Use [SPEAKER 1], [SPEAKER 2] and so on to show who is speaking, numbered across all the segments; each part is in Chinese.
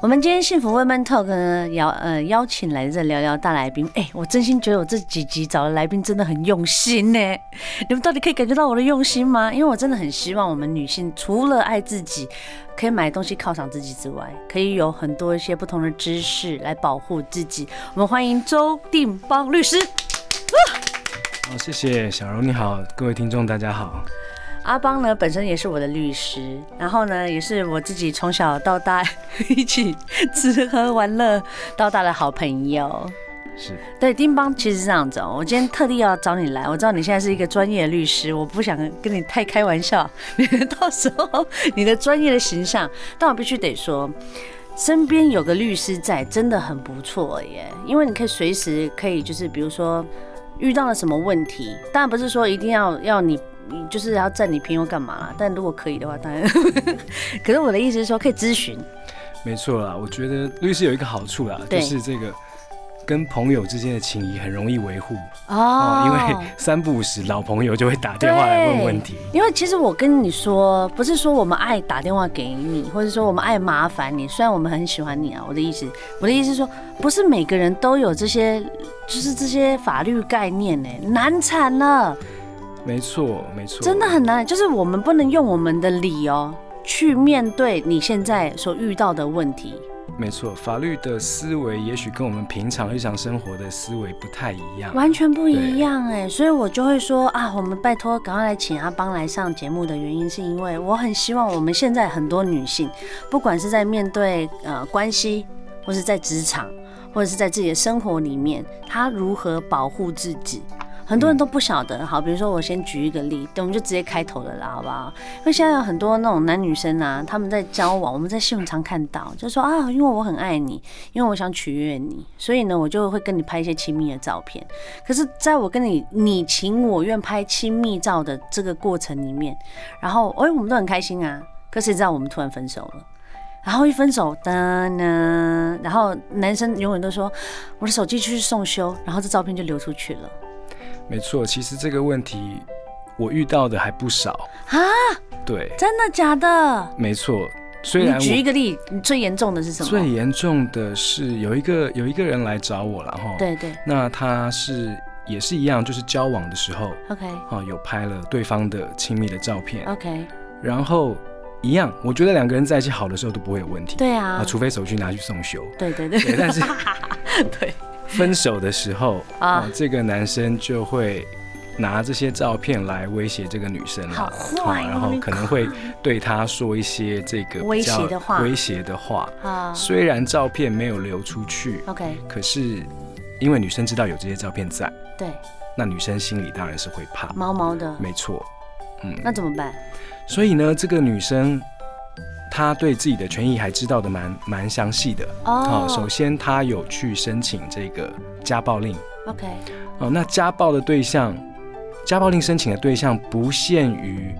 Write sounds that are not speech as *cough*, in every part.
[SPEAKER 1] 我们今天幸福 Women Talk 呢，邀呃邀请来这聊聊大来宾。哎、我真心觉得我这几集找的来宾真的很用心呢。你们到底可以感觉到我的用心吗？因为我真的很希望我们女性除了爱自己，可以买东西犒赏自己之外，可以有很多一些不同的知识来保护自己。我们欢迎周定邦律师。
[SPEAKER 2] 好，谢谢小柔，你好，各位听众大家好。
[SPEAKER 1] 阿邦呢，本身也是我的律师，然后呢，也是我自己从小到大 *laughs* 一起吃喝玩乐到大的好朋友。
[SPEAKER 2] 是，
[SPEAKER 1] 对，丁邦其实是这样子哦、我今天特地要找你来，我知道你现在是一个专业的律师，我不想跟你太开玩笑， *laughs* 免得到时候你的专业的形象。但我必须得说，身边有个律师在真的很不错耶，因为你可以随时可以就是比如说遇到了什么问题，当然不是说一定要要你。你就是要占你便宜或干嘛啦？但如果可以的话，当然。 *laughs* 可是我的意思是说，可以咨询，
[SPEAKER 2] 没错啦。我觉得律师有一个好处啦，
[SPEAKER 1] 对
[SPEAKER 2] 就是这个跟朋友之间的情谊很容易维护
[SPEAKER 1] 哦
[SPEAKER 2] 哦，因为三不五时老朋友就会打电话来问问题。
[SPEAKER 1] 因为其实我跟你说，不是说我们爱打电话给你，或者说我们爱麻烦你。虽然我们很喜欢你啊，我的意思，我的意思是说，不是每个人都有这些，就是这些法律概念呢，难产了，
[SPEAKER 2] 没错，没错，
[SPEAKER 1] 真的很难。就是我们不能用我们的理由去面对你现在所遇到的问题。
[SPEAKER 2] 没错。法律的思维也许跟我们平常日常生活的思维不太一样。
[SPEAKER 1] 完全不一样哎、所以我就会说啊，我们拜托赶快来请阿邦来上节目的原因，是因为我很希望我们现在很多女性，不管是在面对呃关系，或是在职场，或者是在自己的生活里面，她如何保护自己。很多人都不晓得，好，比如说我先举一个例，对，我们就直接开头了啦，好不好？因为现在有很多那种男女生啊，他们在交往，我们在新闻常看到，就说啊，因为我很爱你，因为我想取悦你，所以呢，我就会跟你拍一些亲密的照片。可是，在我跟你你情我愿拍亲密照的这个过程里面，然后哎、我们都很开心啊。可谁知道我们突然分手了？然后一分手，噔呢，然后男生永远都说我的手机去送修，然后这照片就流出去了
[SPEAKER 2] 没错，其实这个问题我遇到的还不少。
[SPEAKER 1] 啊！
[SPEAKER 2] 对，
[SPEAKER 1] 真的假的？
[SPEAKER 2] 没错。虽
[SPEAKER 1] 你
[SPEAKER 2] 然
[SPEAKER 1] 举一
[SPEAKER 2] 啊我
[SPEAKER 1] 个例，你最严重的是什么？
[SPEAKER 2] 最严重的是有一个有一个人来找我了哈。
[SPEAKER 1] 对对
[SPEAKER 2] 那他是也是一样，就是交往的时候
[SPEAKER 1] ，OK
[SPEAKER 2] 啊，有拍了对方的亲密的照片，
[SPEAKER 1] OK，
[SPEAKER 2] 然后一样，我觉得两个人在一起好的时候都不会有问题，
[SPEAKER 1] 对啊，
[SPEAKER 2] 除非手续拿去送修。
[SPEAKER 1] 对对对
[SPEAKER 2] 对，
[SPEAKER 1] *laughs*
[SPEAKER 2] 但是
[SPEAKER 1] 对，
[SPEAKER 2] 分手的时候
[SPEAKER 1] *laughs* 啊
[SPEAKER 2] 啊，这个男生就会拿这些照片来威胁这个女生
[SPEAKER 1] 好
[SPEAKER 2] 了，
[SPEAKER 1] 坏哦
[SPEAKER 2] 然后可能会对她说一些这个比较
[SPEAKER 1] 威胁的话
[SPEAKER 2] 威胁的话。
[SPEAKER 1] 啊
[SPEAKER 2] 虽然照片没有流出去，
[SPEAKER 1] ，OK，
[SPEAKER 2] 可是因为女生知道有这些照片在，
[SPEAKER 1] 对，
[SPEAKER 2] 那女生心里当然是会怕，
[SPEAKER 1] 毛毛的，
[SPEAKER 2] 没错，嗯，
[SPEAKER 1] 那怎么办？
[SPEAKER 2] 所以呢，这个女生她对自己的权益还知道的蛮蛮详细的。
[SPEAKER 1] 哦
[SPEAKER 2] 好，首先她有去申请这个家暴令。
[SPEAKER 1] ，OK，
[SPEAKER 2] 哦，那家暴的对象，家暴令申请的对象不限于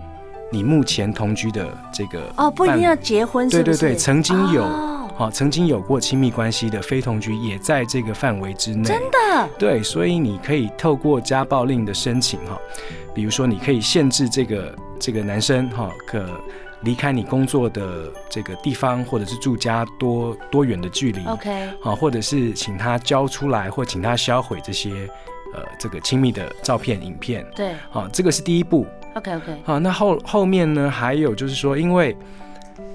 [SPEAKER 2] 你目前同居的这个
[SPEAKER 1] 哦，不一定要结婚，是
[SPEAKER 2] 对
[SPEAKER 1] 不
[SPEAKER 2] 对
[SPEAKER 1] 是
[SPEAKER 2] 对，曾经有
[SPEAKER 1] 哦
[SPEAKER 2] 好、曾经有过亲密关系的非同居也在这个范围之内。
[SPEAKER 1] 真的
[SPEAKER 2] 对，所以你可以透过家暴令的申请哈，比如说你可以限制这个这个男生哈，可离开你工作的这个地方或者是住家多多远的距离，
[SPEAKER 1] ，OK，
[SPEAKER 2] 好，或者是请他交出来或请他销毁这些呃这个亲密的照片、影片。
[SPEAKER 1] 对
[SPEAKER 2] 好，这个是第一步。
[SPEAKER 1] ，OK OK，
[SPEAKER 2] 好，那后后面呢，还有就是说，因为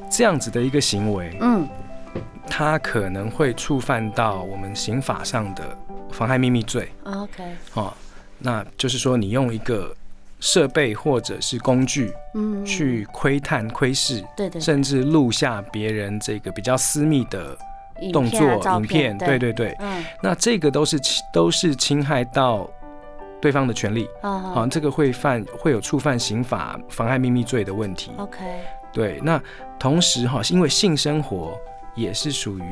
[SPEAKER 2] 这样子的一个行为，
[SPEAKER 1] 嗯，
[SPEAKER 2] 它可能会触犯到我们刑法上的妨害秘密罪。
[SPEAKER 1] OK，
[SPEAKER 2] 哦，那就是说你用一个设备或者是工具
[SPEAKER 1] 嗯，
[SPEAKER 2] 去窥探、窥视，
[SPEAKER 1] 对对，
[SPEAKER 2] 甚至录下别人这个比较私密的
[SPEAKER 1] 影
[SPEAKER 2] 动
[SPEAKER 1] 片啊
[SPEAKER 2] 作、
[SPEAKER 1] 照
[SPEAKER 2] 影片，对，对对，
[SPEAKER 1] 嗯
[SPEAKER 2] 那这个都是侵都是侵害到对方的权利，
[SPEAKER 1] 啊
[SPEAKER 2] 好、这个会犯会有触犯刑法妨害秘密罪的问题。
[SPEAKER 1] ，OK，
[SPEAKER 2] 对，那同时哈、因为性生活也是属于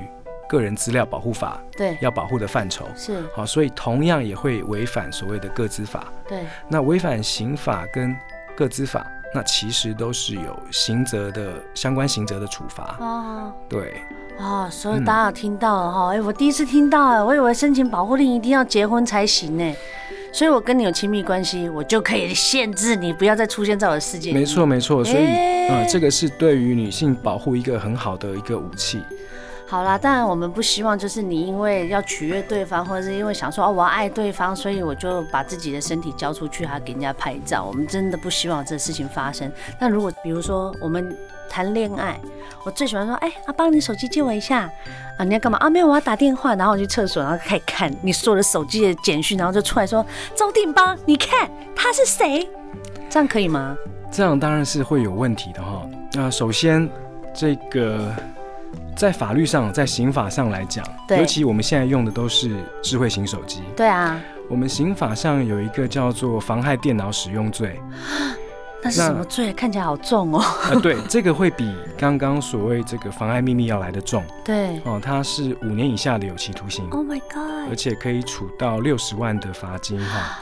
[SPEAKER 2] 个人资料保护法
[SPEAKER 1] 对，
[SPEAKER 2] 要保护的范畴，
[SPEAKER 1] 是，
[SPEAKER 2] 好、所以同样也会违反所谓的个资法。
[SPEAKER 1] 对，
[SPEAKER 2] 那违反刑法跟个资法那其实都是有刑责的相关刑责的处罚。
[SPEAKER 1] 哦
[SPEAKER 2] 对，
[SPEAKER 1] 哦，所
[SPEAKER 2] 嗯
[SPEAKER 1] 以大家有听到了哈，哎、我第一次听到哎，我以为申请保护令一定要结婚才行呢，所以我跟你有亲密关系，我就可以限制你不要再出现在我的世界里。
[SPEAKER 2] 没错没错，所以
[SPEAKER 1] 哎
[SPEAKER 2] 呃，这个是对于女性保护一个很好的一个武器。
[SPEAKER 1] 好啦，当然我们不希望就是你因为要取悦对方，或者是因为想说哦我要爱对方，所以我就把自己的身体交出去，还给人家拍照。我们真的不希望有这事情发生。那如果比如说我们谈恋爱，我最喜欢说，哎、阿邦，你手机借我一下啊！你要干嘛啊？没有，我要打电话，然后我去厕所，然后开始看你所有的手机的简讯，然后就出来说，周定邦，你看他是谁？这样可以吗？
[SPEAKER 2] 这样当然是会有问题的哈。那、首先，这个在法律上，在刑法上来讲，
[SPEAKER 1] 对
[SPEAKER 2] 尤其我们现在用的都是智慧型手机，
[SPEAKER 1] 对啊，
[SPEAKER 2] 我们刑法上有一个叫做妨害电脑使用
[SPEAKER 1] *laughs*
[SPEAKER 2] 罪。
[SPEAKER 1] 那是
[SPEAKER 2] 那
[SPEAKER 1] 什么罪？看起来好重哦。
[SPEAKER 2] 啊，对，这个会比刚刚所谓这个妨害秘密要来的重
[SPEAKER 1] 对
[SPEAKER 2] 哦，它是五年以下的有期徒刑，
[SPEAKER 1] ，Oh my *laughs*
[SPEAKER 2] 而
[SPEAKER 1] God，
[SPEAKER 2] 且可以处到六十万的罚金哈、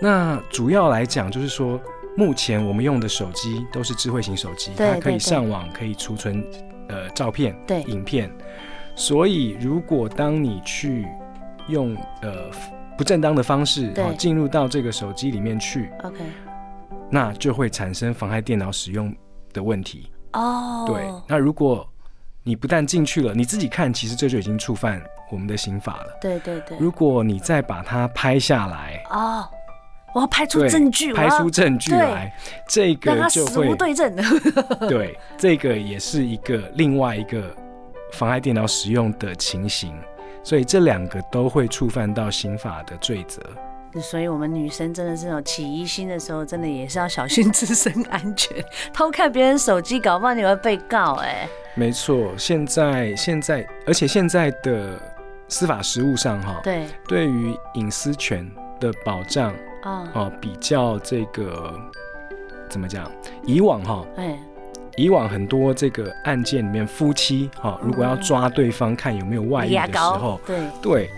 [SPEAKER 2] 那主要来讲就是说，目前我们用的手机都是智慧型手机，
[SPEAKER 1] 对
[SPEAKER 2] 它可
[SPEAKER 1] 对对
[SPEAKER 2] 以上网，可以储存呃照片、
[SPEAKER 1] 对
[SPEAKER 2] 影片，所以如果当你去用呃不正当的方式
[SPEAKER 1] 对
[SPEAKER 2] 哦进入到这个手机里面去，
[SPEAKER 1] ，OK。
[SPEAKER 2] 那就会产生妨害电脑使用的问题。
[SPEAKER 1] 哦，
[SPEAKER 2] 对，那如果你不但进去了，你自己看，其实这就已经触犯我们的刑法了。
[SPEAKER 1] 对对对
[SPEAKER 2] 如果你再把它拍下来，
[SPEAKER 1] 哦，我要拍出
[SPEAKER 2] 对，
[SPEAKER 1] 证据，
[SPEAKER 2] 拍
[SPEAKER 1] 我要
[SPEAKER 2] 出证据
[SPEAKER 1] 对
[SPEAKER 2] 来，这
[SPEAKER 1] 让
[SPEAKER 2] 个
[SPEAKER 1] 他
[SPEAKER 2] 就
[SPEAKER 1] 死
[SPEAKER 2] 会
[SPEAKER 1] 无对证。 *laughs*
[SPEAKER 2] 对，这个也是一个另外一个妨碍电脑使用的情形，所以这两个都会触犯到刑法的罪责。
[SPEAKER 1] 所以，我们女生真的是有起疑心的时候，真的也是要小心自身安全。 *laughs* 偷看别人手机，搞不好你会被告哎、
[SPEAKER 2] 没错，现在现在，而且现在的司法实务上哈，
[SPEAKER 1] 对
[SPEAKER 2] 对于隐私权的保障
[SPEAKER 1] 啊，
[SPEAKER 2] 哦，比较这个怎么讲？以往哈、
[SPEAKER 1] 哎、
[SPEAKER 2] 以往很多这个案件里面，夫妻哈、如果要抓对方看有没有外遇
[SPEAKER 1] 哎牙
[SPEAKER 2] 的时
[SPEAKER 1] 膏
[SPEAKER 2] 候，
[SPEAKER 1] 对
[SPEAKER 2] 对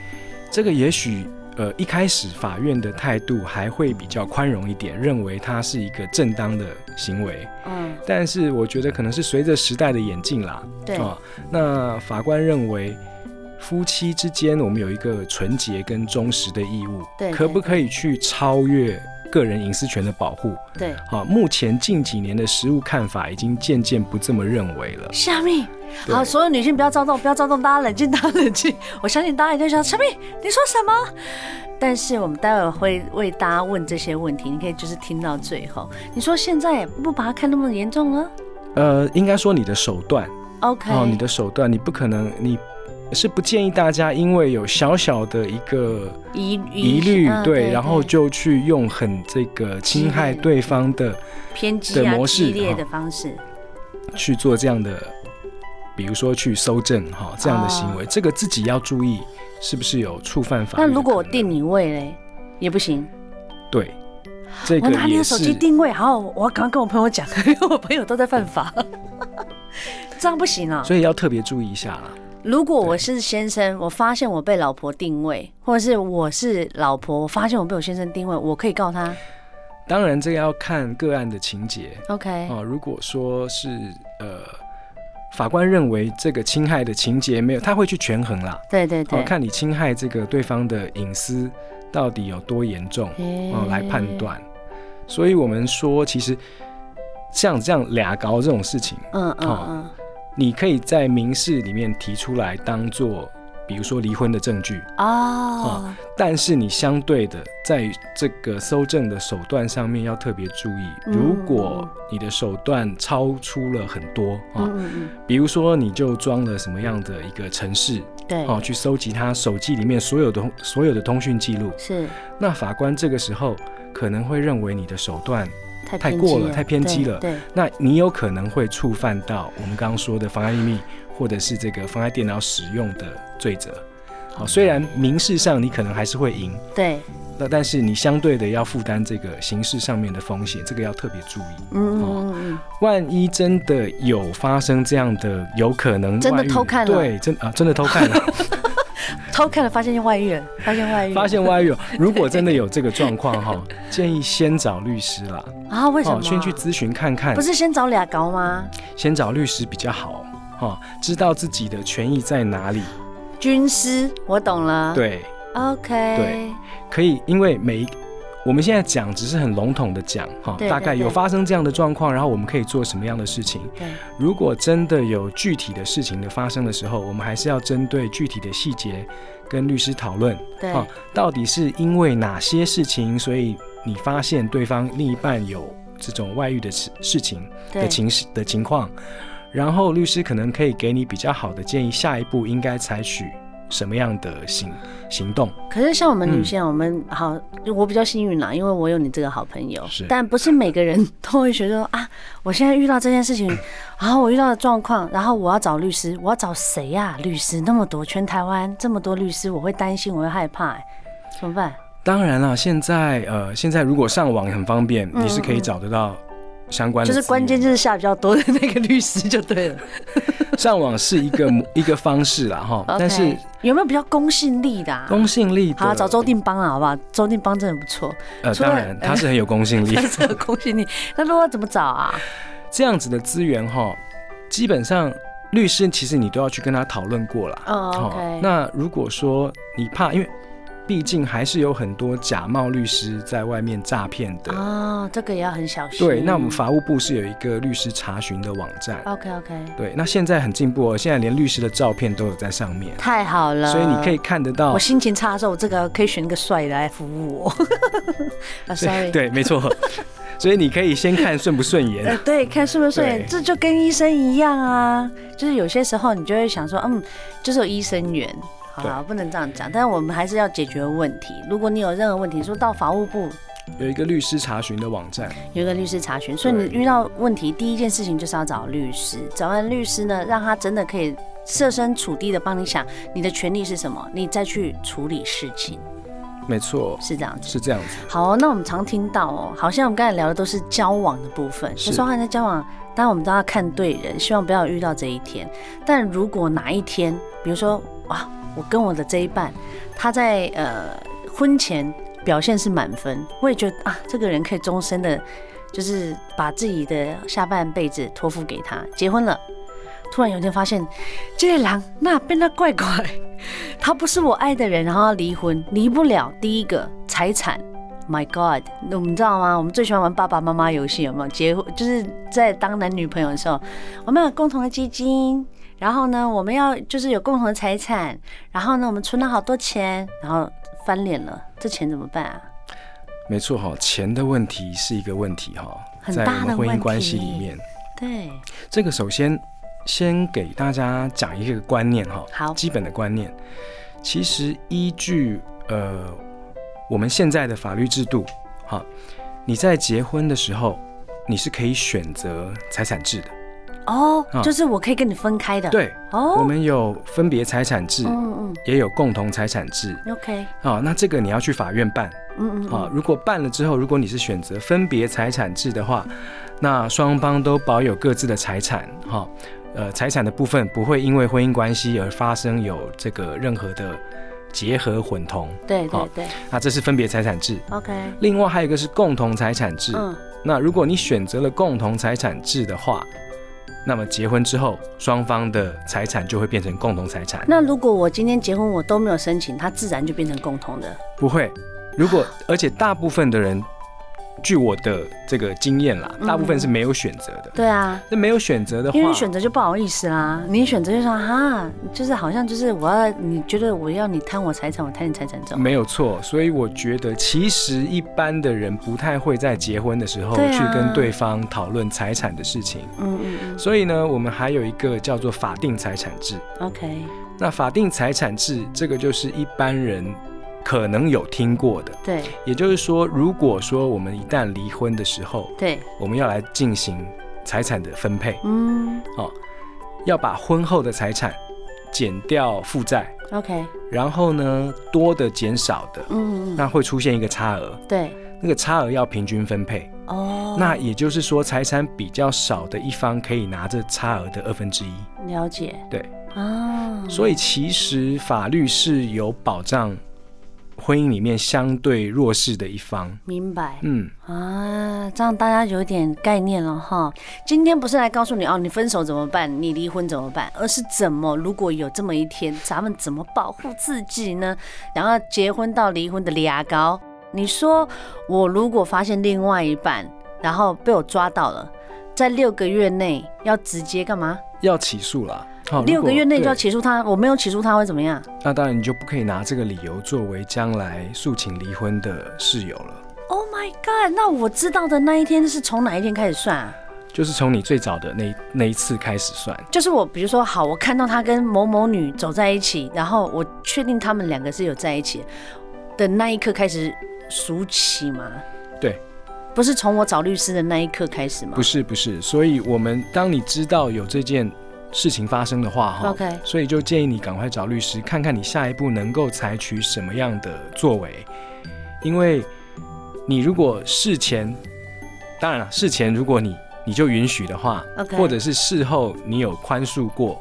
[SPEAKER 2] 这个也许呃一开始法院的态度还会比较宽容一点，认为它是一个正当的行为。
[SPEAKER 1] 嗯
[SPEAKER 2] 但是我觉得可能是随着时代的演进啦，
[SPEAKER 1] 对
[SPEAKER 2] 啊，那法官认为。夫妻之间，我们有一个纯洁跟忠实的义务，
[SPEAKER 1] 对
[SPEAKER 2] 可不可以去超越个人隐私权的保护？
[SPEAKER 1] 对。
[SPEAKER 2] 好，目前近几年的实务看法已经渐渐不这么认为了。
[SPEAKER 1] 夏蜜，
[SPEAKER 2] 对
[SPEAKER 1] 好，所有女性不要躁动，不要躁动，大家冷静，大家冷静。 *laughs* 我相信大家一定想，夏蜜，你说什么？但是我们待会儿会为大家问这些问题，你可以就是听到最后。你说现在不把它看那么严重了
[SPEAKER 2] 呃，应该说你的手段
[SPEAKER 1] ？OK，、
[SPEAKER 2] 哦，你的手段，你不可能，你是不建议大家因为有小小的一个
[SPEAKER 1] 疑
[SPEAKER 2] 疑虑，
[SPEAKER 1] 嗯
[SPEAKER 2] 对，然后
[SPEAKER 1] 对
[SPEAKER 2] 就去用很这个侵害
[SPEAKER 1] 激烈
[SPEAKER 2] 对方的
[SPEAKER 1] 偏激啊
[SPEAKER 2] 的模式
[SPEAKER 1] 激烈的方式，
[SPEAKER 2] 去做这样的，比如说去搜证哈、这样的行为，这个自己要注意是不是有触犯法律
[SPEAKER 1] 啊那
[SPEAKER 2] 的可能。
[SPEAKER 1] 如果我定你位嘞，也不行。
[SPEAKER 2] 对，这
[SPEAKER 1] 我
[SPEAKER 2] 个
[SPEAKER 1] 拿你
[SPEAKER 2] 也
[SPEAKER 1] 的手机
[SPEAKER 2] 是
[SPEAKER 1] 定位，好，我要赶快跟我朋友讲， *laughs* 因为我朋友都在犯法， *laughs* 这样不行啊。
[SPEAKER 2] 所以要特别注意一下啦。
[SPEAKER 1] 如果我是先生，我发现我被老婆定位，或者是我是老婆，我发现我被我先生定位，我可以告他。
[SPEAKER 2] 当然，这个要看个案的情节。
[SPEAKER 1] OK，
[SPEAKER 2] 哦，如果说是呃，法官认为这个侵害的情节没有，他会去权衡啦，
[SPEAKER 1] 对对
[SPEAKER 2] 哦，
[SPEAKER 1] 对，
[SPEAKER 2] 看你侵害这个对方的隐私到底有多严重，哦，
[SPEAKER 1] 哦
[SPEAKER 2] 来判。断。所以我们说，其实像这样俩搞这种事情，
[SPEAKER 1] 嗯嗯
[SPEAKER 2] 哦
[SPEAKER 1] 嗯，
[SPEAKER 2] 你可以在民事里面提出来当做，比如说离婚的证据，
[SPEAKER 1] 哦
[SPEAKER 2] 哦，但是你相对的，在这个搜证的手段上面要特别注意。
[SPEAKER 1] 嗯
[SPEAKER 2] 如果你的手段超出了很多啊、
[SPEAKER 1] 嗯嗯嗯，
[SPEAKER 2] 比如说你就装了什么样的一个城市
[SPEAKER 1] 对，
[SPEAKER 2] 哦，去搜集他手机里面所有的所有的通讯记录，
[SPEAKER 1] 是
[SPEAKER 2] 那法官这个时候可能会认为你的手段，
[SPEAKER 1] 太
[SPEAKER 2] 太
[SPEAKER 1] 偏
[SPEAKER 2] 过
[SPEAKER 1] 激
[SPEAKER 2] 了太偏激
[SPEAKER 1] 对
[SPEAKER 2] 了
[SPEAKER 1] 对，
[SPEAKER 2] 那你有可能会触犯到我们刚刚说的妨碍秘密，或者是这个妨碍电脑使用的罪责。好，虽然民事上你可能还是会赢，
[SPEAKER 1] 对，
[SPEAKER 2] 那但是你相对的要负担这个刑事上面的风险，这个要特别注意。
[SPEAKER 1] 嗯嗯
[SPEAKER 2] 哦
[SPEAKER 1] 嗯嗯
[SPEAKER 2] 万一真的有发生这样的有可能
[SPEAKER 1] 真的
[SPEAKER 2] 外遇
[SPEAKER 1] 偷看了 *laughs*
[SPEAKER 2] 对，真啊、真的偷看了，
[SPEAKER 1] 嗯，偷看了发现外遇了，发现外遇了，
[SPEAKER 2] 发现外遇哦，如果真的有这个状况哈，建议先找律师啦，
[SPEAKER 1] 啊？为什么
[SPEAKER 2] 哦
[SPEAKER 1] 啊？
[SPEAKER 2] 先去咨询看看
[SPEAKER 1] 不，是先找俩搞吗？
[SPEAKER 2] 先找律师比较好哈，知道自己的权益在哪里。
[SPEAKER 1] 军师，我懂了。
[SPEAKER 2] 嗯对，
[SPEAKER 1] ，OK，
[SPEAKER 2] 对，可以，因为每一我们现在讲只是很笼统的讲哈
[SPEAKER 1] 对，
[SPEAKER 2] 大
[SPEAKER 1] 对
[SPEAKER 2] 概有
[SPEAKER 1] 对
[SPEAKER 2] 发生这样的状况，然后我们可以做什么样的事情。
[SPEAKER 1] 对
[SPEAKER 2] 如果真的有具体的事情的发生的时候，我们还是要针对具体的细节跟律师讨论，
[SPEAKER 1] 对
[SPEAKER 2] 啊到底是因为哪些事情，所以你发现对方另一半有这种外遇的事事情的
[SPEAKER 1] 对
[SPEAKER 2] 情势的情况，然后律师可能可以给你比较好的建议，下一步应该采取什么样的行行动？
[SPEAKER 1] 可是像我们女
[SPEAKER 2] 嗯
[SPEAKER 1] 性啊，我们好，我比较幸运啦，因为我有你这个好朋友
[SPEAKER 2] 是。
[SPEAKER 1] 但不是每个人都会觉得说啊，我现在遇到这件
[SPEAKER 2] *clears throat*
[SPEAKER 1] 事情，然后我遇到的状况，然后我要找律师，我要找谁呀、律师那么多，全台湾这么多律师，我会担心，我会害怕、欸，怎么办？
[SPEAKER 2] 当然了，现在呃，现在如果上网很方便，你是可以找得到相关的
[SPEAKER 1] 嗯就
[SPEAKER 2] 资源的，
[SPEAKER 1] 是关键就是下比较多的那个律师就对了。
[SPEAKER 2] 上网是一
[SPEAKER 1] *laughs*
[SPEAKER 2] 个一个方式啦哈， *laughs* 但是
[SPEAKER 1] OK，有没有比较公信力的、啊？
[SPEAKER 2] 公信力的
[SPEAKER 1] 好，找周定邦啊，好不好？周定邦真的不
[SPEAKER 2] *laughs*
[SPEAKER 1] 错，
[SPEAKER 2] 呃，
[SPEAKER 1] 除了
[SPEAKER 2] 当然它是很有公信力
[SPEAKER 1] *laughs* 但。是有公信力。那如果怎么找啊？
[SPEAKER 2] 这样子的资源哈，基本上律师其实你都要去跟他讨论过啦。
[SPEAKER 1] 哦，OK
[SPEAKER 2] 那如果说你怕，因为毕竟还是有很多假冒律师在外面诈骗的。
[SPEAKER 1] 哦，这个也要很小心。
[SPEAKER 2] 对，那我们法务部是有一个律师查询的网站。
[SPEAKER 1] OK OK，
[SPEAKER 2] 对，那现在很进步哦，现在连律师的照片都有在上面，
[SPEAKER 1] 太好了。
[SPEAKER 2] 所以你可以。哦看得到
[SPEAKER 1] 我。心情差的时候，我这个可以选一个帅的来服务我。 *laughs* 啊，sorry。
[SPEAKER 2] 对，没
[SPEAKER 1] *laughs*
[SPEAKER 2] 错。所以你可以先看顺不顺
[SPEAKER 1] 呃
[SPEAKER 2] 眼，，
[SPEAKER 1] 对，看顺不顺眼，
[SPEAKER 2] 对
[SPEAKER 1] 这就跟医生一样啊。就是有些时候你就会想说，嗯，就是有医生缘，好啦，不能这样讲。但是我们还是要解决问题。如果你有任何问题，说到法务部
[SPEAKER 2] 有一个律师查询的网站。
[SPEAKER 1] 有一个律师查询，所以你
[SPEAKER 2] 对
[SPEAKER 1] 遇到问题，第一件事情就是要找律师。找完律师呢，让他真的可以设身处地的帮你想你的权利是什么，你再去处理事情，
[SPEAKER 2] 没错，
[SPEAKER 1] 是这样子。
[SPEAKER 2] 是这样子。
[SPEAKER 1] 好、那我们常听到哦，好像我们刚才聊的都是交往的部分。
[SPEAKER 2] 是
[SPEAKER 1] 有时候还在交往，当然我们都要看对人，希望不要遇到这一天。但如果哪一天，比如说哇，我跟我的这一半，他在呃婚前表现是满分，我也觉得啊，这个人可以终身的，就是把自己的下半辈子托付给他。结婚了，突然有一天发现，这个人那变得怪怪，他不是我爱的人，然后要离婚，离不了。第一个财产。My God，我们知道吗？我们最喜欢玩爸爸妈妈游戏，有没有？结婚就是在当男女朋友的时候，我们有共同的基金，然后呢，我们要就是有共同的财产，然后呢，我们存了好多钱，然后翻脸了，这钱怎么办啊？
[SPEAKER 2] 没错哈，钱的问题是一个问题哈，
[SPEAKER 1] 很
[SPEAKER 2] 在
[SPEAKER 1] 大的
[SPEAKER 2] 我们婚
[SPEAKER 1] 问
[SPEAKER 2] 姻
[SPEAKER 1] 题
[SPEAKER 2] 关系里面，
[SPEAKER 1] 对，
[SPEAKER 2] 这个首先先给大家讲一个观念哈，
[SPEAKER 1] 好
[SPEAKER 2] 基本的观念。其实依据呃我们现在的法律制度，哈，你在结婚的时候，你是可以选择财产制的。
[SPEAKER 1] 哦，
[SPEAKER 2] 啊
[SPEAKER 1] 就是我可以跟你分开的，，
[SPEAKER 2] 对，我
[SPEAKER 1] 哦，
[SPEAKER 2] 们有分别财产制，
[SPEAKER 1] 嗯
[SPEAKER 2] 也有共同财产制。
[SPEAKER 1] 嗯，OK，
[SPEAKER 2] 啊，那这个你要去法院办。
[SPEAKER 1] 嗯嗯
[SPEAKER 2] 啊，如果办了之后，如果你是选择分别财产制的话，那双方都保有各自的财产，哈、呃，财产的部分不会因为婚姻关系而发生有这个任何的结合混同，
[SPEAKER 1] 对
[SPEAKER 2] 好
[SPEAKER 1] 对对
[SPEAKER 2] 那这是分别财产制。
[SPEAKER 1] ，OK，
[SPEAKER 2] 另外还有一个是共同财产制，
[SPEAKER 1] 嗯，
[SPEAKER 2] 那如果你选择了共同财产制的话，那么结婚之后，双方的财产就会变成共同财产。
[SPEAKER 1] 那如果我今天结婚我都没有申请，它自然就变成共同的，
[SPEAKER 2] 不会，
[SPEAKER 1] *laughs*
[SPEAKER 2] 如果而且大部分的人，据我的这个经验啦，大部分是没有选择的。
[SPEAKER 1] 对啊，
[SPEAKER 2] 那没有选择的
[SPEAKER 1] 嗯
[SPEAKER 2] 话，
[SPEAKER 1] 因为选择就不好意思啦，你选择就说哈，就是好像就是我要你觉得我要你贪我财产，我贪你财产这种。
[SPEAKER 2] 没有错，所以我觉得其实一般的人不太会在结婚的时候
[SPEAKER 1] 对啊
[SPEAKER 2] 去跟对方讨论财产的事情。
[SPEAKER 1] 嗯嗯嗯
[SPEAKER 2] 所以呢，我们还有一个叫做法定财产制。
[SPEAKER 1] ，OK，
[SPEAKER 2] 那法定财产制这个就是一般人可能有听过的，
[SPEAKER 1] 对
[SPEAKER 2] 也就是说，如果说我们一旦离婚的时候，
[SPEAKER 1] 对，
[SPEAKER 2] 我们要来进行财产的分配。
[SPEAKER 1] 嗯
[SPEAKER 2] 哦，要把婚后的财产减掉负债，
[SPEAKER 1] ，OK，
[SPEAKER 2] 然后呢多的减少的，
[SPEAKER 1] 嗯嗯嗯，
[SPEAKER 2] 那会出现一个差额，
[SPEAKER 1] 对，
[SPEAKER 2] 那个差额要平均分配。
[SPEAKER 1] 哦，
[SPEAKER 2] 那也就是说，财产比较少的一方可以拿着差额的二分之一。
[SPEAKER 1] 了解
[SPEAKER 2] 对，
[SPEAKER 1] 啊，
[SPEAKER 2] 所以其实法律是有保障婚姻里面相对弱势的一方。
[SPEAKER 1] 明白。
[SPEAKER 2] 嗯，
[SPEAKER 1] 啊，这样大家有点概念了哈。今天不是来告诉你哦，你分手怎么办，你离婚怎么办，而是怎么如果有这么一天，咱们怎么保护自己呢？然后结婚到离婚的牙膏，你说我如果发现另外一半，然后被我抓到了，在六个月内要直接干嘛？
[SPEAKER 2] 要起诉啦。好
[SPEAKER 1] 六个月内就要
[SPEAKER 2] 对
[SPEAKER 1] 起诉他，我没有起诉他会怎么样？
[SPEAKER 2] 那当然你就不可以拿这个理由作为将来诉请离婚的事由了。
[SPEAKER 1] Oh my god！那我知道的那一天是从哪一天开始算啊？
[SPEAKER 2] 就是从你最早的那那一次开始算，
[SPEAKER 1] 就是我，比如说，好，我看到他跟某某女走在一起，然后我确定他们两个是有在一起的那一刻开始数起吗？
[SPEAKER 2] 对，
[SPEAKER 1] 不是从我找律师的那一刻开始吗？
[SPEAKER 2] 不
[SPEAKER 1] 是
[SPEAKER 2] 是不是。所以我们当你知道有这件事情发生的话，哈
[SPEAKER 1] OK
[SPEAKER 2] 所以就建议你赶快找律师，看看你下一步能够采取什么样的作为，因为你如果事前，当然了，事前如果你你就允许的话
[SPEAKER 1] OK
[SPEAKER 2] 或者是事后你有宽恕过，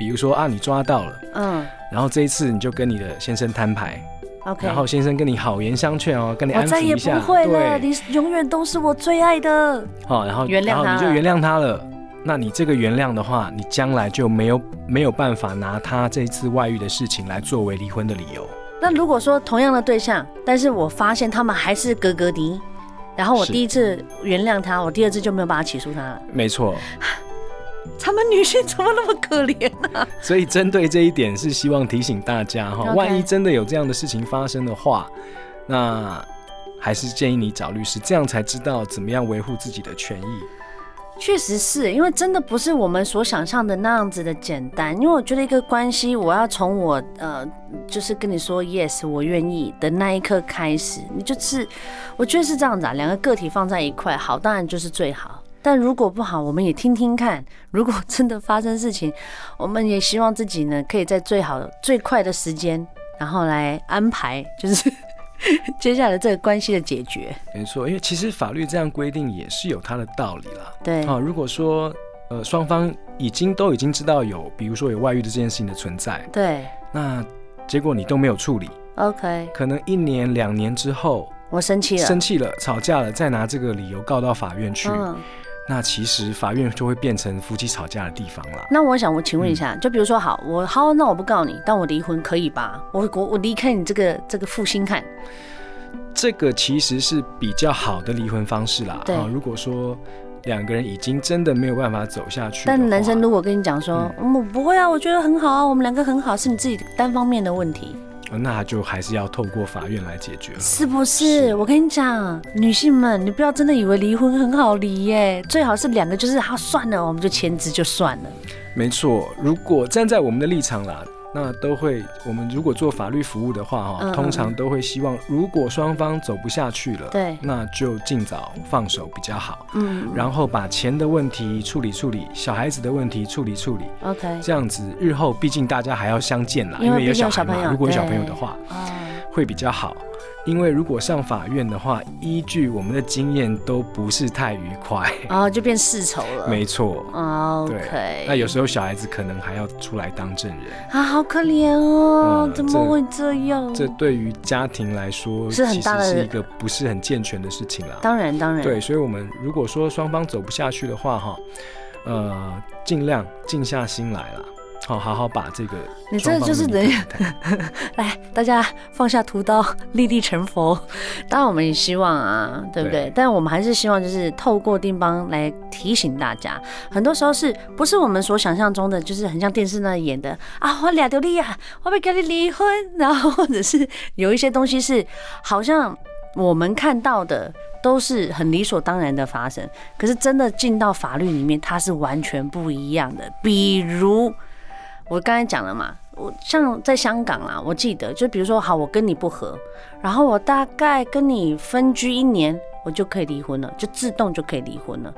[SPEAKER 2] 比如说啊你抓到了，
[SPEAKER 1] 嗯
[SPEAKER 2] 然后这一次你就跟你的先生摊牌，
[SPEAKER 1] ，OK。
[SPEAKER 2] 然后先生跟你好言相劝哦，跟你
[SPEAKER 1] 我
[SPEAKER 2] 安
[SPEAKER 1] 再也
[SPEAKER 2] 抚一
[SPEAKER 1] 不
[SPEAKER 2] 下，
[SPEAKER 1] 会了，
[SPEAKER 2] 对
[SPEAKER 1] 你永远都是我最爱的。
[SPEAKER 2] 哦，然后
[SPEAKER 1] 原谅
[SPEAKER 2] 然后
[SPEAKER 1] 他
[SPEAKER 2] 你就
[SPEAKER 1] 了
[SPEAKER 2] 原谅他了。那你这个原谅的话，你将来就没有没有办法拿他这次外遇的事情来作为离婚的理由。
[SPEAKER 1] 那如果说同样的对象，但是我发现他们还是格格敌，然后我
[SPEAKER 2] 是
[SPEAKER 1] 第一次原谅他，我第二次就没有办法起诉他了。
[SPEAKER 2] 没错，
[SPEAKER 1] 咱们女性怎么那么可怜呢、
[SPEAKER 2] 所以针对这一点是希望提醒大家哈、
[SPEAKER 1] OK
[SPEAKER 2] 万一真的有这样的事情发生的话，那还是建议你找律师，这样才知道怎么样维护自己的权益。
[SPEAKER 1] 确实是因为真的不是我们所想象的那样子的简单，因为我觉得一个关系，我要从我呃，就是跟你说 yes，我愿意的那一刻开始，你就是，我觉得是这样子啊，两个个体放在一块，好，当然就是最好。但如果不好，我们也听听看。如果真的发生事情，我们也希望自己呢，可以在最好、最快的时间，然后来安排，就是接下来这个关系的解决。
[SPEAKER 2] 没错，因为其实法律这样规定也是有它的道理啦。
[SPEAKER 1] 对，
[SPEAKER 2] 啊，如果说呃双方已经都已经知道有，比如说有外遇的这件事情的存在，
[SPEAKER 1] 对
[SPEAKER 2] 那结果你都没有处理，
[SPEAKER 1] ，OK，
[SPEAKER 2] 可能一年两年之后
[SPEAKER 1] 我生气了。
[SPEAKER 2] 生气了、吵架了，再拿这个理由告到法院去，
[SPEAKER 1] 嗯，
[SPEAKER 2] 那其实法院就会变成夫妻吵架的地方啦。
[SPEAKER 1] 那我想，我请问一
[SPEAKER 2] 嗯
[SPEAKER 1] 下，就比如说，好，我好，那我不告你，但我离婚可以吧？我我我离开你这个这个负心汉，
[SPEAKER 2] 这个其实是比较好的离婚方式啦。哦
[SPEAKER 1] 对
[SPEAKER 2] 如果说两个人已经真的没有办法走下去的话，
[SPEAKER 1] 但男生如果跟你讲说，嗯我不会啊，我觉得很好啊，我们两个很好，是你自己单方面的问题，
[SPEAKER 2] 呃那他就还是要透过法院来解决了。
[SPEAKER 1] 是不是？
[SPEAKER 2] 是
[SPEAKER 1] 我跟你讲，女性们，你不要真的以为离婚很好离耶，最好是两个就是好、算了，我们就签字就算了。
[SPEAKER 2] 没错，如果站在我们的立场啦，那都会，我们如果做法律服务的话，
[SPEAKER 1] 嗯
[SPEAKER 2] 哈，通常都会希望，如果双方走不下去了，
[SPEAKER 1] 对
[SPEAKER 2] 那就尽早放手比较好，
[SPEAKER 1] 嗯
[SPEAKER 2] 然后把钱的问题处理处理，小孩子的问题处理处理，
[SPEAKER 1] ，OK，
[SPEAKER 2] 这样子日后毕竟大家还要相见啦，
[SPEAKER 1] 因为
[SPEAKER 2] 为有
[SPEAKER 1] 毕竟有
[SPEAKER 2] 小
[SPEAKER 1] 小
[SPEAKER 2] 孩
[SPEAKER 1] 朋
[SPEAKER 2] 嘛，
[SPEAKER 1] 友
[SPEAKER 2] 如果有小
[SPEAKER 1] 对
[SPEAKER 2] 朋友的话
[SPEAKER 1] 哦，
[SPEAKER 2] 会比较好。因为如果上法院的话，依据我们的经验都不是太愉
[SPEAKER 1] *laughs*
[SPEAKER 2] 快，
[SPEAKER 1] 然哦后就变世仇了。哦
[SPEAKER 2] 没哎错。
[SPEAKER 1] OK，
[SPEAKER 2] 那有时候小孩子可能还要出来当证人，
[SPEAKER 1] 啊，好可怜哦，
[SPEAKER 2] 嗯
[SPEAKER 1] 怎
[SPEAKER 2] 这
[SPEAKER 1] 么会这样？
[SPEAKER 2] 这对于家庭来说
[SPEAKER 1] 嗯是很
[SPEAKER 2] 其实
[SPEAKER 1] 大的
[SPEAKER 2] 是一个不是很健全的事情啦。
[SPEAKER 1] 当然当然，
[SPEAKER 2] 对，所以我们如果说双方走不下去的话，哈，呃，尽量静下心来啦，好好好把这个
[SPEAKER 1] 你这
[SPEAKER 2] 双方的
[SPEAKER 1] 就是
[SPEAKER 2] 问
[SPEAKER 1] 等于
[SPEAKER 2] 题谈谈
[SPEAKER 1] 来，大家放下屠刀，立地成佛。当然，我们也希望啊，对不对？
[SPEAKER 2] 对
[SPEAKER 1] 但我们还是希望，就是透过定邦来提醒大家，很多时候是不是我们所想象中的，就是很像电视那演的啊，我俩丢利亚，我被跟你离婚，然后或者是有一些东西是好像我们看到的。都是很理所当然的发生，可是真的进到法律里面，它是完全不一样的。比如我刚才讲了嘛，我像在香港啊，我记得就比如说，好，我跟你不和，然后我大概跟你分居一年，我就可以离婚了，就自动就可以离婚了。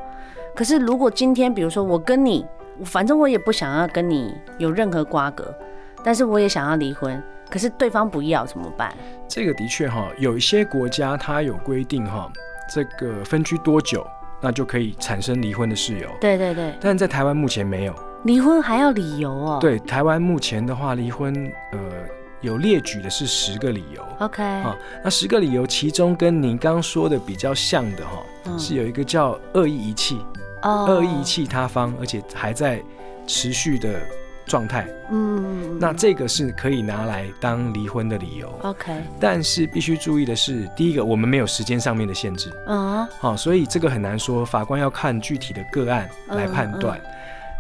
[SPEAKER 1] 可是如果今天，比如说我跟你，反正我也不想要跟你有任何瓜葛，但是我也想要离婚，可是对方不要怎么办？
[SPEAKER 2] 这个的确哈，有一些国家它有规定哈，这个分居多久，那就可以产生离婚的事由，
[SPEAKER 1] 对对对，
[SPEAKER 2] 但在台湾目前没有。
[SPEAKER 1] 离婚还要理由哦。
[SPEAKER 2] 对，台湾目前的话，离婚呃有列举的是十个理由。
[SPEAKER 1] ，OK，
[SPEAKER 2] 啊，那十个理由，其中跟您刚说的比较像的哈、
[SPEAKER 1] 嗯
[SPEAKER 2] 是有一个叫恶意遗弃，
[SPEAKER 1] 哦
[SPEAKER 2] 恶意遗，弃他方，而且还在持续的状态，
[SPEAKER 1] 嗯，
[SPEAKER 2] 那这个是可以拿来当离婚的理由。
[SPEAKER 1] OK，
[SPEAKER 2] 但是必须注意的是，第一个我们没有时间上面的限制，
[SPEAKER 1] 嗯
[SPEAKER 2] 好、所以这个很难说，法官要看具体的个案来判断。
[SPEAKER 1] 嗯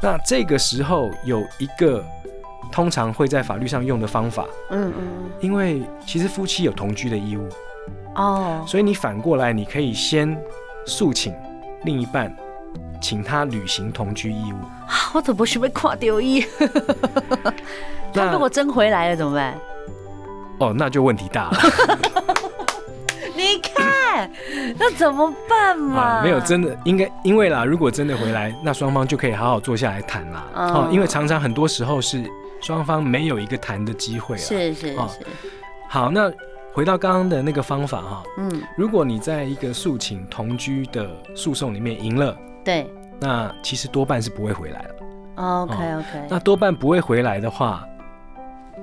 [SPEAKER 2] 那这个时候有一个通常会在法律上用的方法，
[SPEAKER 1] 嗯嗯，
[SPEAKER 2] 因为其实夫妻有同居的义务，
[SPEAKER 1] 嗯哦，
[SPEAKER 2] 所以你反过来你可以先诉请另一半，请他履行同居义务。
[SPEAKER 1] 我怎么是被跨掉 *laughs* 一？啊他如果真回来了怎么办？
[SPEAKER 2] 哦，那就问题 *laughs* 大了。
[SPEAKER 1] *laughs* 你看，那怎么办嘛？
[SPEAKER 2] 啊，没有，真的应该，因为啦，如果真的回来，那双方就可以好好坐下来谈啦。
[SPEAKER 1] 嗯
[SPEAKER 2] 哦，因为常常很多时候是双方没有一个谈的机会啊。。
[SPEAKER 1] 是是
[SPEAKER 2] 哦
[SPEAKER 1] 是，
[SPEAKER 2] 好，那回到刚刚的那个方法哈、
[SPEAKER 1] 嗯，
[SPEAKER 2] 如果你在一个诉请同居的诉讼里面赢了，
[SPEAKER 1] 对哦
[SPEAKER 2] 那其实多半是不会回来了。
[SPEAKER 1] ，OK
[SPEAKER 2] 哦
[SPEAKER 1] OK，
[SPEAKER 2] 那多半不会回来的话，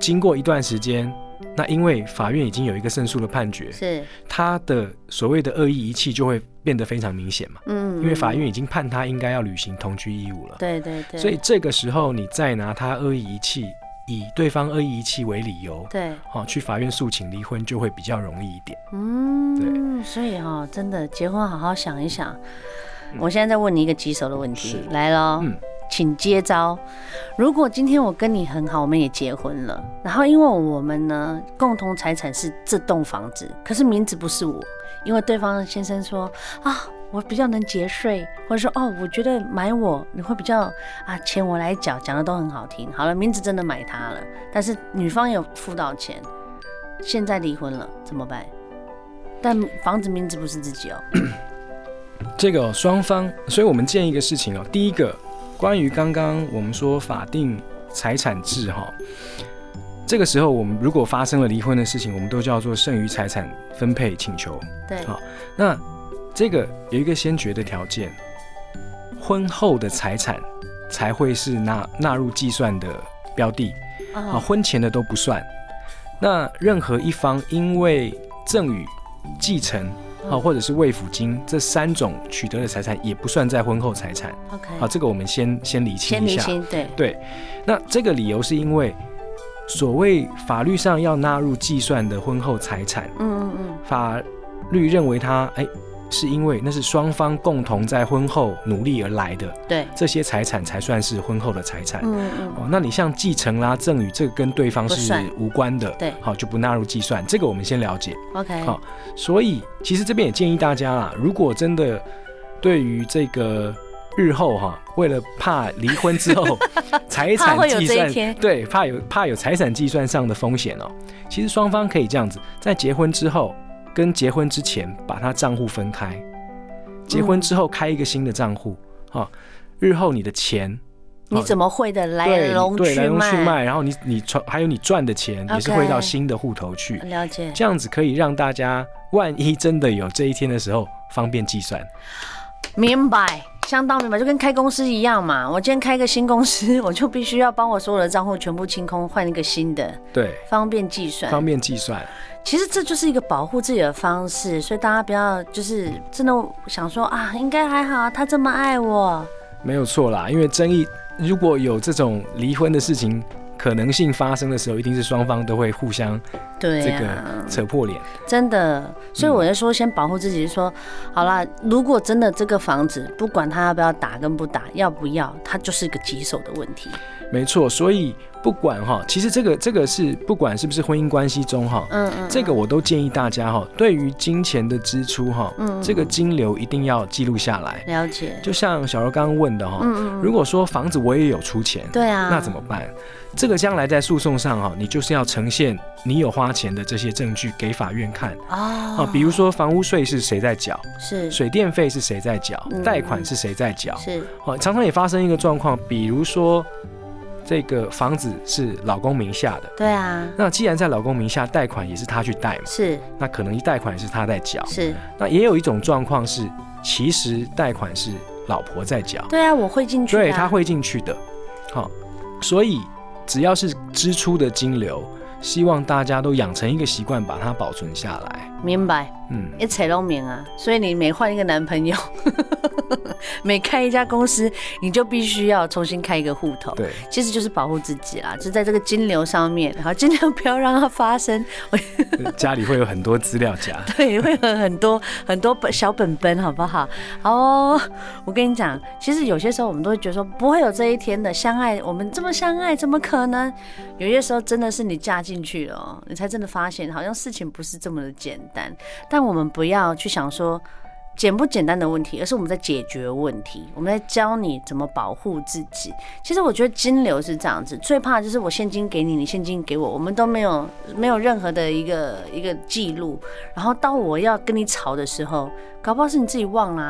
[SPEAKER 2] 经过一段时间，那因为法院已经有一个胜诉的判决，
[SPEAKER 1] 是，
[SPEAKER 2] 他的所谓的恶意遗弃就会变得非常明显嘛。
[SPEAKER 1] 嗯，
[SPEAKER 2] 因为法
[SPEAKER 1] 嗯
[SPEAKER 2] 院已经判他应该要履行同居义务了，
[SPEAKER 1] 对对对，
[SPEAKER 2] 所以这个时候你再拿他恶意遗弃，以对方恶意遗弃为理由，
[SPEAKER 1] 对，
[SPEAKER 2] 好、去法院诉请离婚就会比较容易一点。
[SPEAKER 1] 嗯，所以哈、真的结婚好好想一想。我现在在问你一个棘手的问题，来喽，
[SPEAKER 2] 嗯
[SPEAKER 1] 请接招。如果今天我跟你很好，我们也结婚了，然后因为我们呢共同财产是这栋房子，可是名字不是我，因为对方先生说啊。我比较能节税，或者说哦，我觉得买我你会比较啊，钱我来缴，讲的都很好听。好了，名字真的买他了，但是女方有付到钱，现在离婚了怎么办？但房子名字不是自己哦。
[SPEAKER 2] 这个哦双、方，所以我们建议一个事情哦，第一个，关于刚刚我们说法定财产制哈、这个时候我们如果发生了离婚的事情，我们都叫做剩余财产分配请求。
[SPEAKER 1] 对，
[SPEAKER 2] 好那这个有一个先决的条件，婚后的财产才会是纳纳入计算的标的啊，
[SPEAKER 1] 哦，
[SPEAKER 2] 婚前的都不算。那任何一方因为赠与、继承啊，
[SPEAKER 1] 嗯
[SPEAKER 2] 或者是未抚金这三种取得的财产，也不算在婚后财产
[SPEAKER 1] OK，
[SPEAKER 2] 啊。这个我们先先理
[SPEAKER 1] 嗯
[SPEAKER 2] 清
[SPEAKER 1] 先
[SPEAKER 2] 一
[SPEAKER 1] 离
[SPEAKER 2] 下。
[SPEAKER 1] 心，对，
[SPEAKER 2] 对，那这个理由是因为所谓法律上要纳入计算的婚后财产。
[SPEAKER 1] 嗯嗯嗯，
[SPEAKER 2] 法律认为他哎，是因为那是双方共同在婚后努力而来的，
[SPEAKER 1] 对，
[SPEAKER 2] 这些财产才算是婚后的财产。
[SPEAKER 1] 嗯嗯
[SPEAKER 2] 哦，那你像继承啦、赠与，这个跟对方
[SPEAKER 1] 不
[SPEAKER 2] 是
[SPEAKER 1] 算
[SPEAKER 2] 无关的，
[SPEAKER 1] 对
[SPEAKER 2] 好就不纳入计算，这个我们先了解。
[SPEAKER 1] ，OK，
[SPEAKER 2] 好所以其实这边也建议大家啦，如果真的对于这个日后哈、为了怕离婚
[SPEAKER 1] *laughs*
[SPEAKER 2] 之后财
[SPEAKER 1] 怕
[SPEAKER 2] 产
[SPEAKER 1] 会有
[SPEAKER 2] 计
[SPEAKER 1] 这一
[SPEAKER 2] 算
[SPEAKER 1] 天，
[SPEAKER 2] 对，怕有怕有财产计算上的风险哦。其实双方可以这样子，在结婚之后跟结婚之前把它账户分开，结
[SPEAKER 1] 嗯
[SPEAKER 2] 婚之后开一个新的账户，哈、日后你的钱。
[SPEAKER 1] 你
[SPEAKER 2] 哦
[SPEAKER 1] 怎么会的来
[SPEAKER 2] 对
[SPEAKER 1] 龙
[SPEAKER 2] 对来
[SPEAKER 1] 去
[SPEAKER 2] 龙去
[SPEAKER 1] 脉？
[SPEAKER 2] 脉，然后你你赚还有你赚的钱也是会到
[SPEAKER 1] OK
[SPEAKER 2] 新的户头去，
[SPEAKER 1] 了解，
[SPEAKER 2] 这样子可以让大家万一真的有这一天的时候方便计算。
[SPEAKER 1] 明白，相当明白，就跟开公司一样嘛。我今天开一个新公司，我就必须要帮我所有的账户全部清空，换一个新的，
[SPEAKER 2] 对，
[SPEAKER 1] 方便计算。
[SPEAKER 2] 方便计算。
[SPEAKER 1] 其实这就是一个保护自己的方式，所以大家不要就是真的想说啊，应该还好啊，他这么爱我，
[SPEAKER 2] 没有错啦，因为争议如果有这种离婚的事情可能性发生的时候，一定是双方都会互相
[SPEAKER 1] 对啊
[SPEAKER 2] 这
[SPEAKER 1] 呀、
[SPEAKER 2] 个扯破脸。
[SPEAKER 1] 真的，所以
[SPEAKER 2] 嗯
[SPEAKER 1] 我在说，先保护自己说，好啦，如果真的这个房子，不管他要不要打跟不打，要不要，它就是一个棘手的问题。
[SPEAKER 2] 没错，所以不管哈，其实这个这个是不管是不是婚姻关系中哈，
[SPEAKER 1] 嗯嗯，
[SPEAKER 2] 这个我都建议大家哈，对于金钱的支出哈，
[SPEAKER 1] 嗯
[SPEAKER 2] 这个金流一定要记录下来。
[SPEAKER 1] 了解。嗯
[SPEAKER 2] 就像小柔刚刚问的哈，如果说房子我也有出钱，
[SPEAKER 1] 对啊，
[SPEAKER 2] 那怎么办？这个将来在诉讼上哈，你就是要呈现你有花钱的这些证据给法院看
[SPEAKER 1] 啊、
[SPEAKER 2] 啊，比如说房屋税是谁在缴，
[SPEAKER 1] 是是
[SPEAKER 2] 水电费是谁在缴
[SPEAKER 1] 嗯，
[SPEAKER 2] 贷款是谁在缴，
[SPEAKER 1] 是
[SPEAKER 2] 哦，常常也发生一个状况，比如说这个房子是老公名下的，
[SPEAKER 1] 对啊，
[SPEAKER 2] 那既然在老公名下，贷款也是他去贷嘛，
[SPEAKER 1] 是
[SPEAKER 2] 那可能一贷款也是他在缴。
[SPEAKER 1] 是，
[SPEAKER 2] 那也有一种状况是，其实贷款是老婆在缴，
[SPEAKER 1] 对啊，我会进去、啊，
[SPEAKER 2] 对，他，会进去的。好，所以只要是支出的金流，希望大家都养成一个习惯，把它保存下来。
[SPEAKER 1] 明白，
[SPEAKER 2] 嗯，
[SPEAKER 1] 一切都明啊。所以你每换一个男朋友， *laughs* 每开一家公司，你就必须要重新开一个户头。
[SPEAKER 2] 对， *laughs*
[SPEAKER 1] 其实就是保护自己啦，就在这个金流上面，然后尽量不要让它发生。
[SPEAKER 2] 家里会有很多资料
[SPEAKER 1] *laughs*
[SPEAKER 2] 夹。
[SPEAKER 1] 对，会很很多 *laughs* 很多本小本本，好不好？好哦，我跟你讲，其实有些时候我们都会觉得说不会有这一天的，相爱，我们这么相爱，怎么可能？有些时候真的是你嫁进去了哦，你才真的发现，好像事情不是这么的简单。但我们不要去想说。简不简单的问题，而是我们在解决问题，我们在教你怎么保护自己。其实我觉得金流是这样子，最怕就是我现金给你，你现金给我，我们都没有没有任何的一个一个记录，然后到我要跟你吵的时候，搞不好是你自己忘啊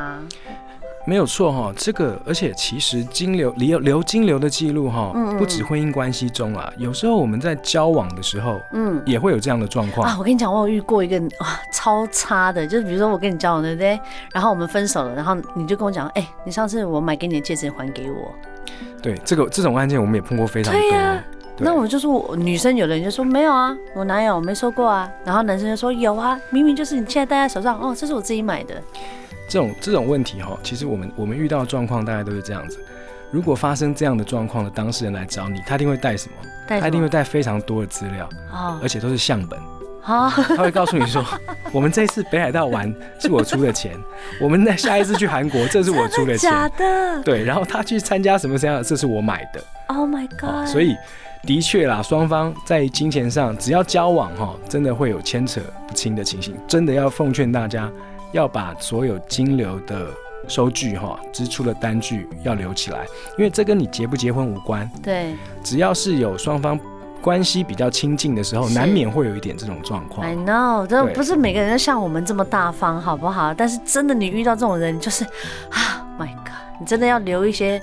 [SPEAKER 1] 啦、
[SPEAKER 2] 没有错哈、这个而且其实金流留留金流的记录哈、
[SPEAKER 1] 嗯
[SPEAKER 2] 不止婚姻关系中啊，有时候我们在交往的时候，
[SPEAKER 1] 嗯。
[SPEAKER 2] 也会有这样的状况。
[SPEAKER 1] 啊，我跟你讲，我有遇过一个哇超差的，就是比如说我跟你交往对不对？然后我们分手了，然后你就跟我讲，哎、你上次我买给你的戒指还给我，
[SPEAKER 2] 对，这个这种案件我们也碰过非常多。
[SPEAKER 1] 对呀
[SPEAKER 2] 对
[SPEAKER 1] 那我就说我女生有的人就说没有啊，我哪有我没收过啊，然后男生就说有啊，明明就是你现在戴在手上，哦，这是我自己买的，
[SPEAKER 2] 这种这种问题哈、其实我们我们遇到的状况大概都是这样子。如果发生这样的状况的当事人来找你，他一定会带什么？
[SPEAKER 1] 戴
[SPEAKER 2] 他
[SPEAKER 1] 什
[SPEAKER 2] 一定
[SPEAKER 1] 么
[SPEAKER 2] 会带非常多的资料，
[SPEAKER 1] 哦，
[SPEAKER 2] 而且都是相本。
[SPEAKER 1] 好，
[SPEAKER 2] 他会告诉你说，我们这次北海道玩 *laughs* 是我出的钱，我们那下一次去韩国这是我出的
[SPEAKER 1] 假
[SPEAKER 2] 钱，
[SPEAKER 1] 的
[SPEAKER 2] 对，然后他去参加什么什么样的，这是我买的。
[SPEAKER 1] ，Oh my
[SPEAKER 2] 哦，
[SPEAKER 1] god，
[SPEAKER 2] 所以的确啦，双方在金钱上只要交往哈、真的会有牵扯不清的情形，真的要奉劝大家要把所有金流的收据哈、支出的单据要留起来，因为这跟你结不结婚无关，
[SPEAKER 1] 对，
[SPEAKER 2] 只要是有双方关系比较亲近的时候，
[SPEAKER 1] 是
[SPEAKER 2] 难免会有一点这种状况
[SPEAKER 1] I。know，真的
[SPEAKER 2] 对
[SPEAKER 1] 不是每个人都像我们这么大方，好不好？但是真的，你遇到这种人，你就是啊，My God，你真的要留一些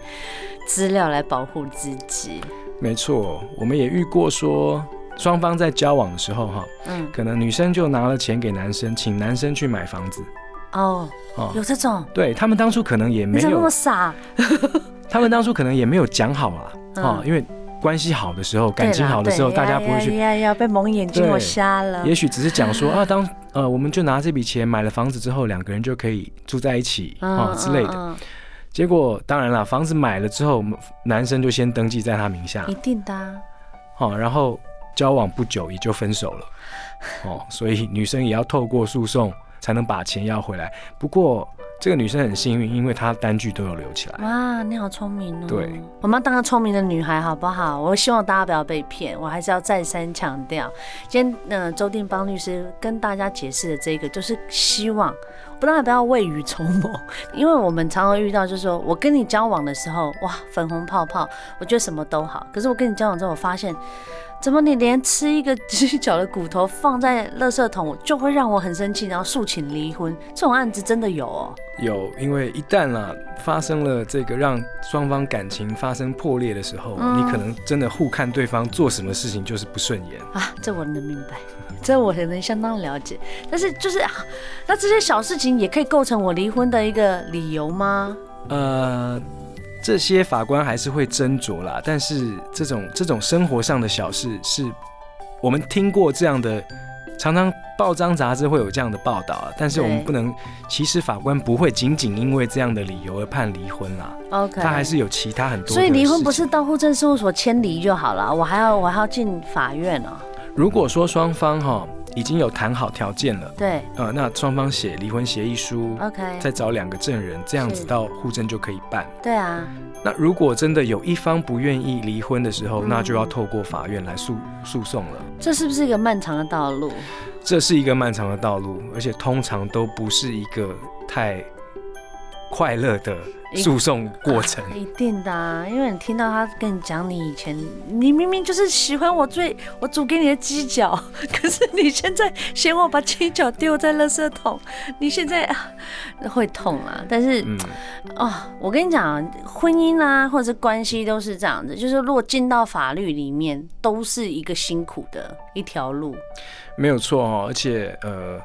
[SPEAKER 1] 资料来保护自己。
[SPEAKER 2] 没错，我们也遇过说。双方在交往的时候，哈，
[SPEAKER 1] 嗯，
[SPEAKER 2] 可能女生就拿了钱给男生，请男生去买房子，
[SPEAKER 1] 哦，
[SPEAKER 2] 哦，
[SPEAKER 1] 有这种，
[SPEAKER 2] 对他们当初可能也
[SPEAKER 1] 你
[SPEAKER 2] 没
[SPEAKER 1] 怎么
[SPEAKER 2] 有
[SPEAKER 1] 那么傻？
[SPEAKER 2] 他们当初可能也没有讲好啦，
[SPEAKER 1] 嗯
[SPEAKER 2] 啊，因为关系好的时候，感情
[SPEAKER 1] 对啦
[SPEAKER 2] 好的时候，
[SPEAKER 1] 对哎
[SPEAKER 2] 大家不会
[SPEAKER 1] 呀哎
[SPEAKER 2] 去，
[SPEAKER 1] 呀呀，被蒙眼睛，
[SPEAKER 2] 对
[SPEAKER 1] 我瞎了
[SPEAKER 2] 也。许只是讲说啊，当呃，我们就拿这笔钱买了房子之后，两个人就可以住在一起啊之类的。
[SPEAKER 1] 嗯，
[SPEAKER 2] 结果当然啦，房子买了之后，男生就先登记在他名下
[SPEAKER 1] 一，定的啊。
[SPEAKER 2] 好，然后交往不久也就分手了，哦，所以女生也要透过诉讼才能把钱要回来。不过这个女生很幸运，因为她单据都有留起来。
[SPEAKER 1] 哇，你好聪明哦！
[SPEAKER 2] 对，
[SPEAKER 1] 我们要当个聪明的女孩，好不好？我希望大家不要被骗，我还是要再三强调。今天，呃，周定邦律师跟大家解释的这个，就是希望，不当然不要未雨绸缪， *laughs* 因为我们常常遇到，就是说我跟你交往的时候，哇，粉红泡泡，我觉得什么都好，可是我跟你交往之后，我发现。怎么你连吃一个鸡脚的骨头放在垃圾桶，就会让我很生气，然后诉请离婚？这种案子真的有哦。
[SPEAKER 2] 有，因为一旦啊发生了这个让双方感情发生破裂的时候，
[SPEAKER 1] 嗯
[SPEAKER 2] 你可能真的互看对方做什么事情就是不顺眼。
[SPEAKER 1] 啊，这我能明白， *laughs* 这我也能相当了解。但是就是，啊那这些小事情也可以构成我离婚的一个理由吗？
[SPEAKER 2] 呃，这些法官还是会斟酌啦，但是这种这种生活上的小事是，我们听过这样的，常常报章杂志会有这样的报道啊，但是我们
[SPEAKER 1] 对
[SPEAKER 2] 不能，其实法官不会仅仅因为这样的理由而判离婚啦，
[SPEAKER 1] OK，
[SPEAKER 2] 他还是有其他很多的事情。
[SPEAKER 1] 所以离婚不是到户政事务所签离就好了，我还要我还要进法院哦。
[SPEAKER 2] 如果说双方哈、已经有谈好条件了。
[SPEAKER 1] 对
[SPEAKER 2] 呃，那双方写离婚协议书，
[SPEAKER 1] ，OK，
[SPEAKER 2] 再找两个证人，这样
[SPEAKER 1] 嗯
[SPEAKER 2] 子
[SPEAKER 1] 是
[SPEAKER 2] 到户政就可以办。
[SPEAKER 1] 对啊，
[SPEAKER 2] 那如果真的有一方不愿意离婚的时候，那就要
[SPEAKER 1] 嗯
[SPEAKER 2] 透过法院来诉诉讼了。
[SPEAKER 1] 这是不是一个漫长的道路？
[SPEAKER 2] 这是一个漫长的道路，而且通常都不是一个太快乐的诉讼过
[SPEAKER 1] *laughs*
[SPEAKER 2] 程。
[SPEAKER 1] 一定的、啊，因为你听到他跟你讲你以前，你明明就是喜欢我最我煮给你的鸡脚，可是你现在嫌我把鸡脚丢在垃圾桶，你现在啊会痛啊。但是、
[SPEAKER 2] 嗯，
[SPEAKER 1] 哦，我跟你讲啊，婚姻啊或者是关系都是这样子，就是如果进到法律里面，都是一个辛苦的一条路。
[SPEAKER 2] 没有错哦。而且呃，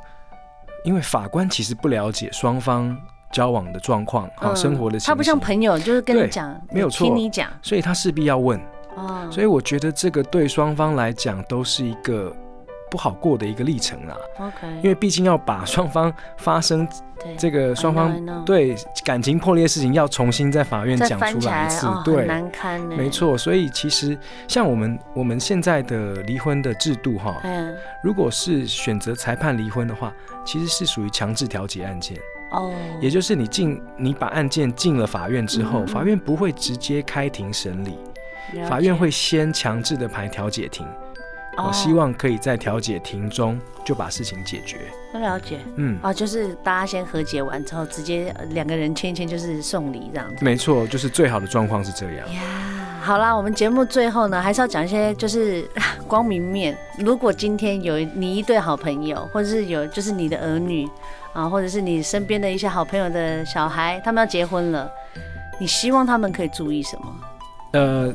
[SPEAKER 2] 因为法官其实不了解双方交往的状况，哈、
[SPEAKER 1] 嗯
[SPEAKER 2] 生活的情形，
[SPEAKER 1] 他不像朋友，就是跟你
[SPEAKER 2] 对
[SPEAKER 1] 讲，
[SPEAKER 2] 没有错
[SPEAKER 1] 听你讲
[SPEAKER 2] 所以他势必要问。
[SPEAKER 1] 哦，
[SPEAKER 2] 所以我觉得这个对双方来讲都是一个不好过的一个历程啦，
[SPEAKER 1] OK，
[SPEAKER 2] 因为毕竟要把双方发生
[SPEAKER 1] 对
[SPEAKER 2] 这个双方
[SPEAKER 1] I know, I know
[SPEAKER 2] 对感情破裂的事情要重新在法院
[SPEAKER 1] 再
[SPEAKER 2] 讲
[SPEAKER 1] 翻
[SPEAKER 2] 出
[SPEAKER 1] 起
[SPEAKER 2] 来
[SPEAKER 1] 来
[SPEAKER 2] 一次
[SPEAKER 1] 哦，，很
[SPEAKER 2] 对，
[SPEAKER 1] 难欸堪呢，
[SPEAKER 2] 没，错。所以其实像我们我们现在的离婚的制度哈，
[SPEAKER 1] 嗯，
[SPEAKER 2] 如果是选择裁判离婚的话，其实是属于强制调解案件，
[SPEAKER 1] 哦，
[SPEAKER 2] 也就是你进你把案件进了法院之
[SPEAKER 1] 嗯
[SPEAKER 2] 后，
[SPEAKER 1] 嗯
[SPEAKER 2] 法院不会直接开庭审理，
[SPEAKER 1] 了
[SPEAKER 2] 法
[SPEAKER 1] 解
[SPEAKER 2] 院会先强制的排调解庭。我
[SPEAKER 1] 哦
[SPEAKER 2] 希望可以在调解庭中就把事情解决。
[SPEAKER 1] 了解。
[SPEAKER 2] 嗯，
[SPEAKER 1] 啊，就是大家先和解完之后，直接呃两个人签一签，就是送礼这样子。
[SPEAKER 2] 没错，就是最好的状况是这样。
[SPEAKER 1] 呀，好啦，我们节目最后呢，还是要讲一些就是 *laughs* 光明面。如果今天有你一对好朋友，或者是有就是你的儿女啊，或者是你身边的一些好朋友的小孩，他们要结婚了，你希望他们可以注意什么？
[SPEAKER 2] 呃，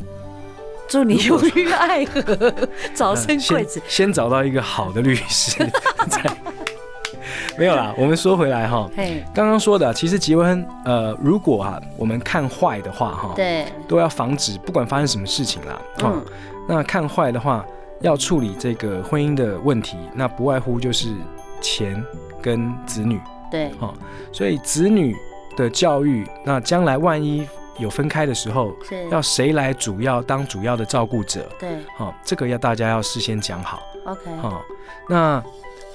[SPEAKER 1] 祝你永
[SPEAKER 2] 如果说
[SPEAKER 1] 浴 *laughs* 爱河，早
[SPEAKER 2] 呃
[SPEAKER 1] 生贵子。
[SPEAKER 2] 先先找到一个好的律师
[SPEAKER 1] *laughs*
[SPEAKER 2] 再。没有啦，我们说回来哈，
[SPEAKER 1] 嘿，
[SPEAKER 2] 刚刚说的，其实结婚，呃，如果啊，我们看坏的话哈，
[SPEAKER 1] 对，
[SPEAKER 2] 都要防止，不管发生什么事情啦，哈、
[SPEAKER 1] 嗯，
[SPEAKER 2] 那看坏的话，要处理这个婚姻的问题，那不外乎就是钱跟子女。
[SPEAKER 1] 对，
[SPEAKER 2] 所以子女的教育，那将来万一有分开的时候，
[SPEAKER 1] 是，
[SPEAKER 2] 要谁来主要当主要的照顾者？
[SPEAKER 1] 对
[SPEAKER 2] 哈、这个要大家要事先讲好
[SPEAKER 1] ，OK，
[SPEAKER 2] 哈、那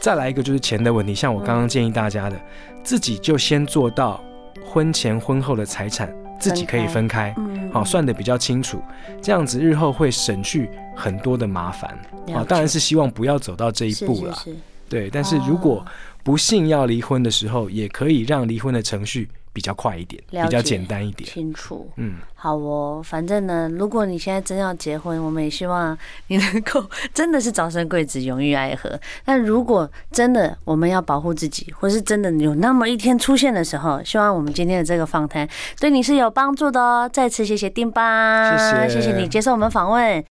[SPEAKER 2] 再来一个就是钱的问题，像我刚刚建议大
[SPEAKER 1] 嗯
[SPEAKER 2] 家的，自己就先做到婚前婚后的财产自己可以分开，
[SPEAKER 1] 嗯，
[SPEAKER 2] 好、
[SPEAKER 1] 嗯
[SPEAKER 2] 算得比较清楚，这样子日后会省去很多的麻烦
[SPEAKER 1] 了
[SPEAKER 2] 啊、
[SPEAKER 1] 解
[SPEAKER 2] 当然是希望不要走到这一
[SPEAKER 1] 是
[SPEAKER 2] 步
[SPEAKER 1] 是
[SPEAKER 2] 了，
[SPEAKER 1] 是
[SPEAKER 2] 对。但是如果
[SPEAKER 1] 哦
[SPEAKER 2] 不幸要离婚的时候，也可以让离婚的程序比较快一点，
[SPEAKER 1] 了
[SPEAKER 2] 比较
[SPEAKER 1] 解
[SPEAKER 2] 简单一点。
[SPEAKER 1] 清楚。
[SPEAKER 2] 嗯，
[SPEAKER 1] 好哦，反正呢，如果你现在真要结婚，我们也希望你能够真的是早生贵子，永浴爱河。但如果真的我们要保护自己，或是真的有那么一天出现的时候，希望我们今天的这个访谈对你是有帮助的哦。再次谢谢丁巴，
[SPEAKER 2] 谢谢
[SPEAKER 1] 谢谢你接受我们访问。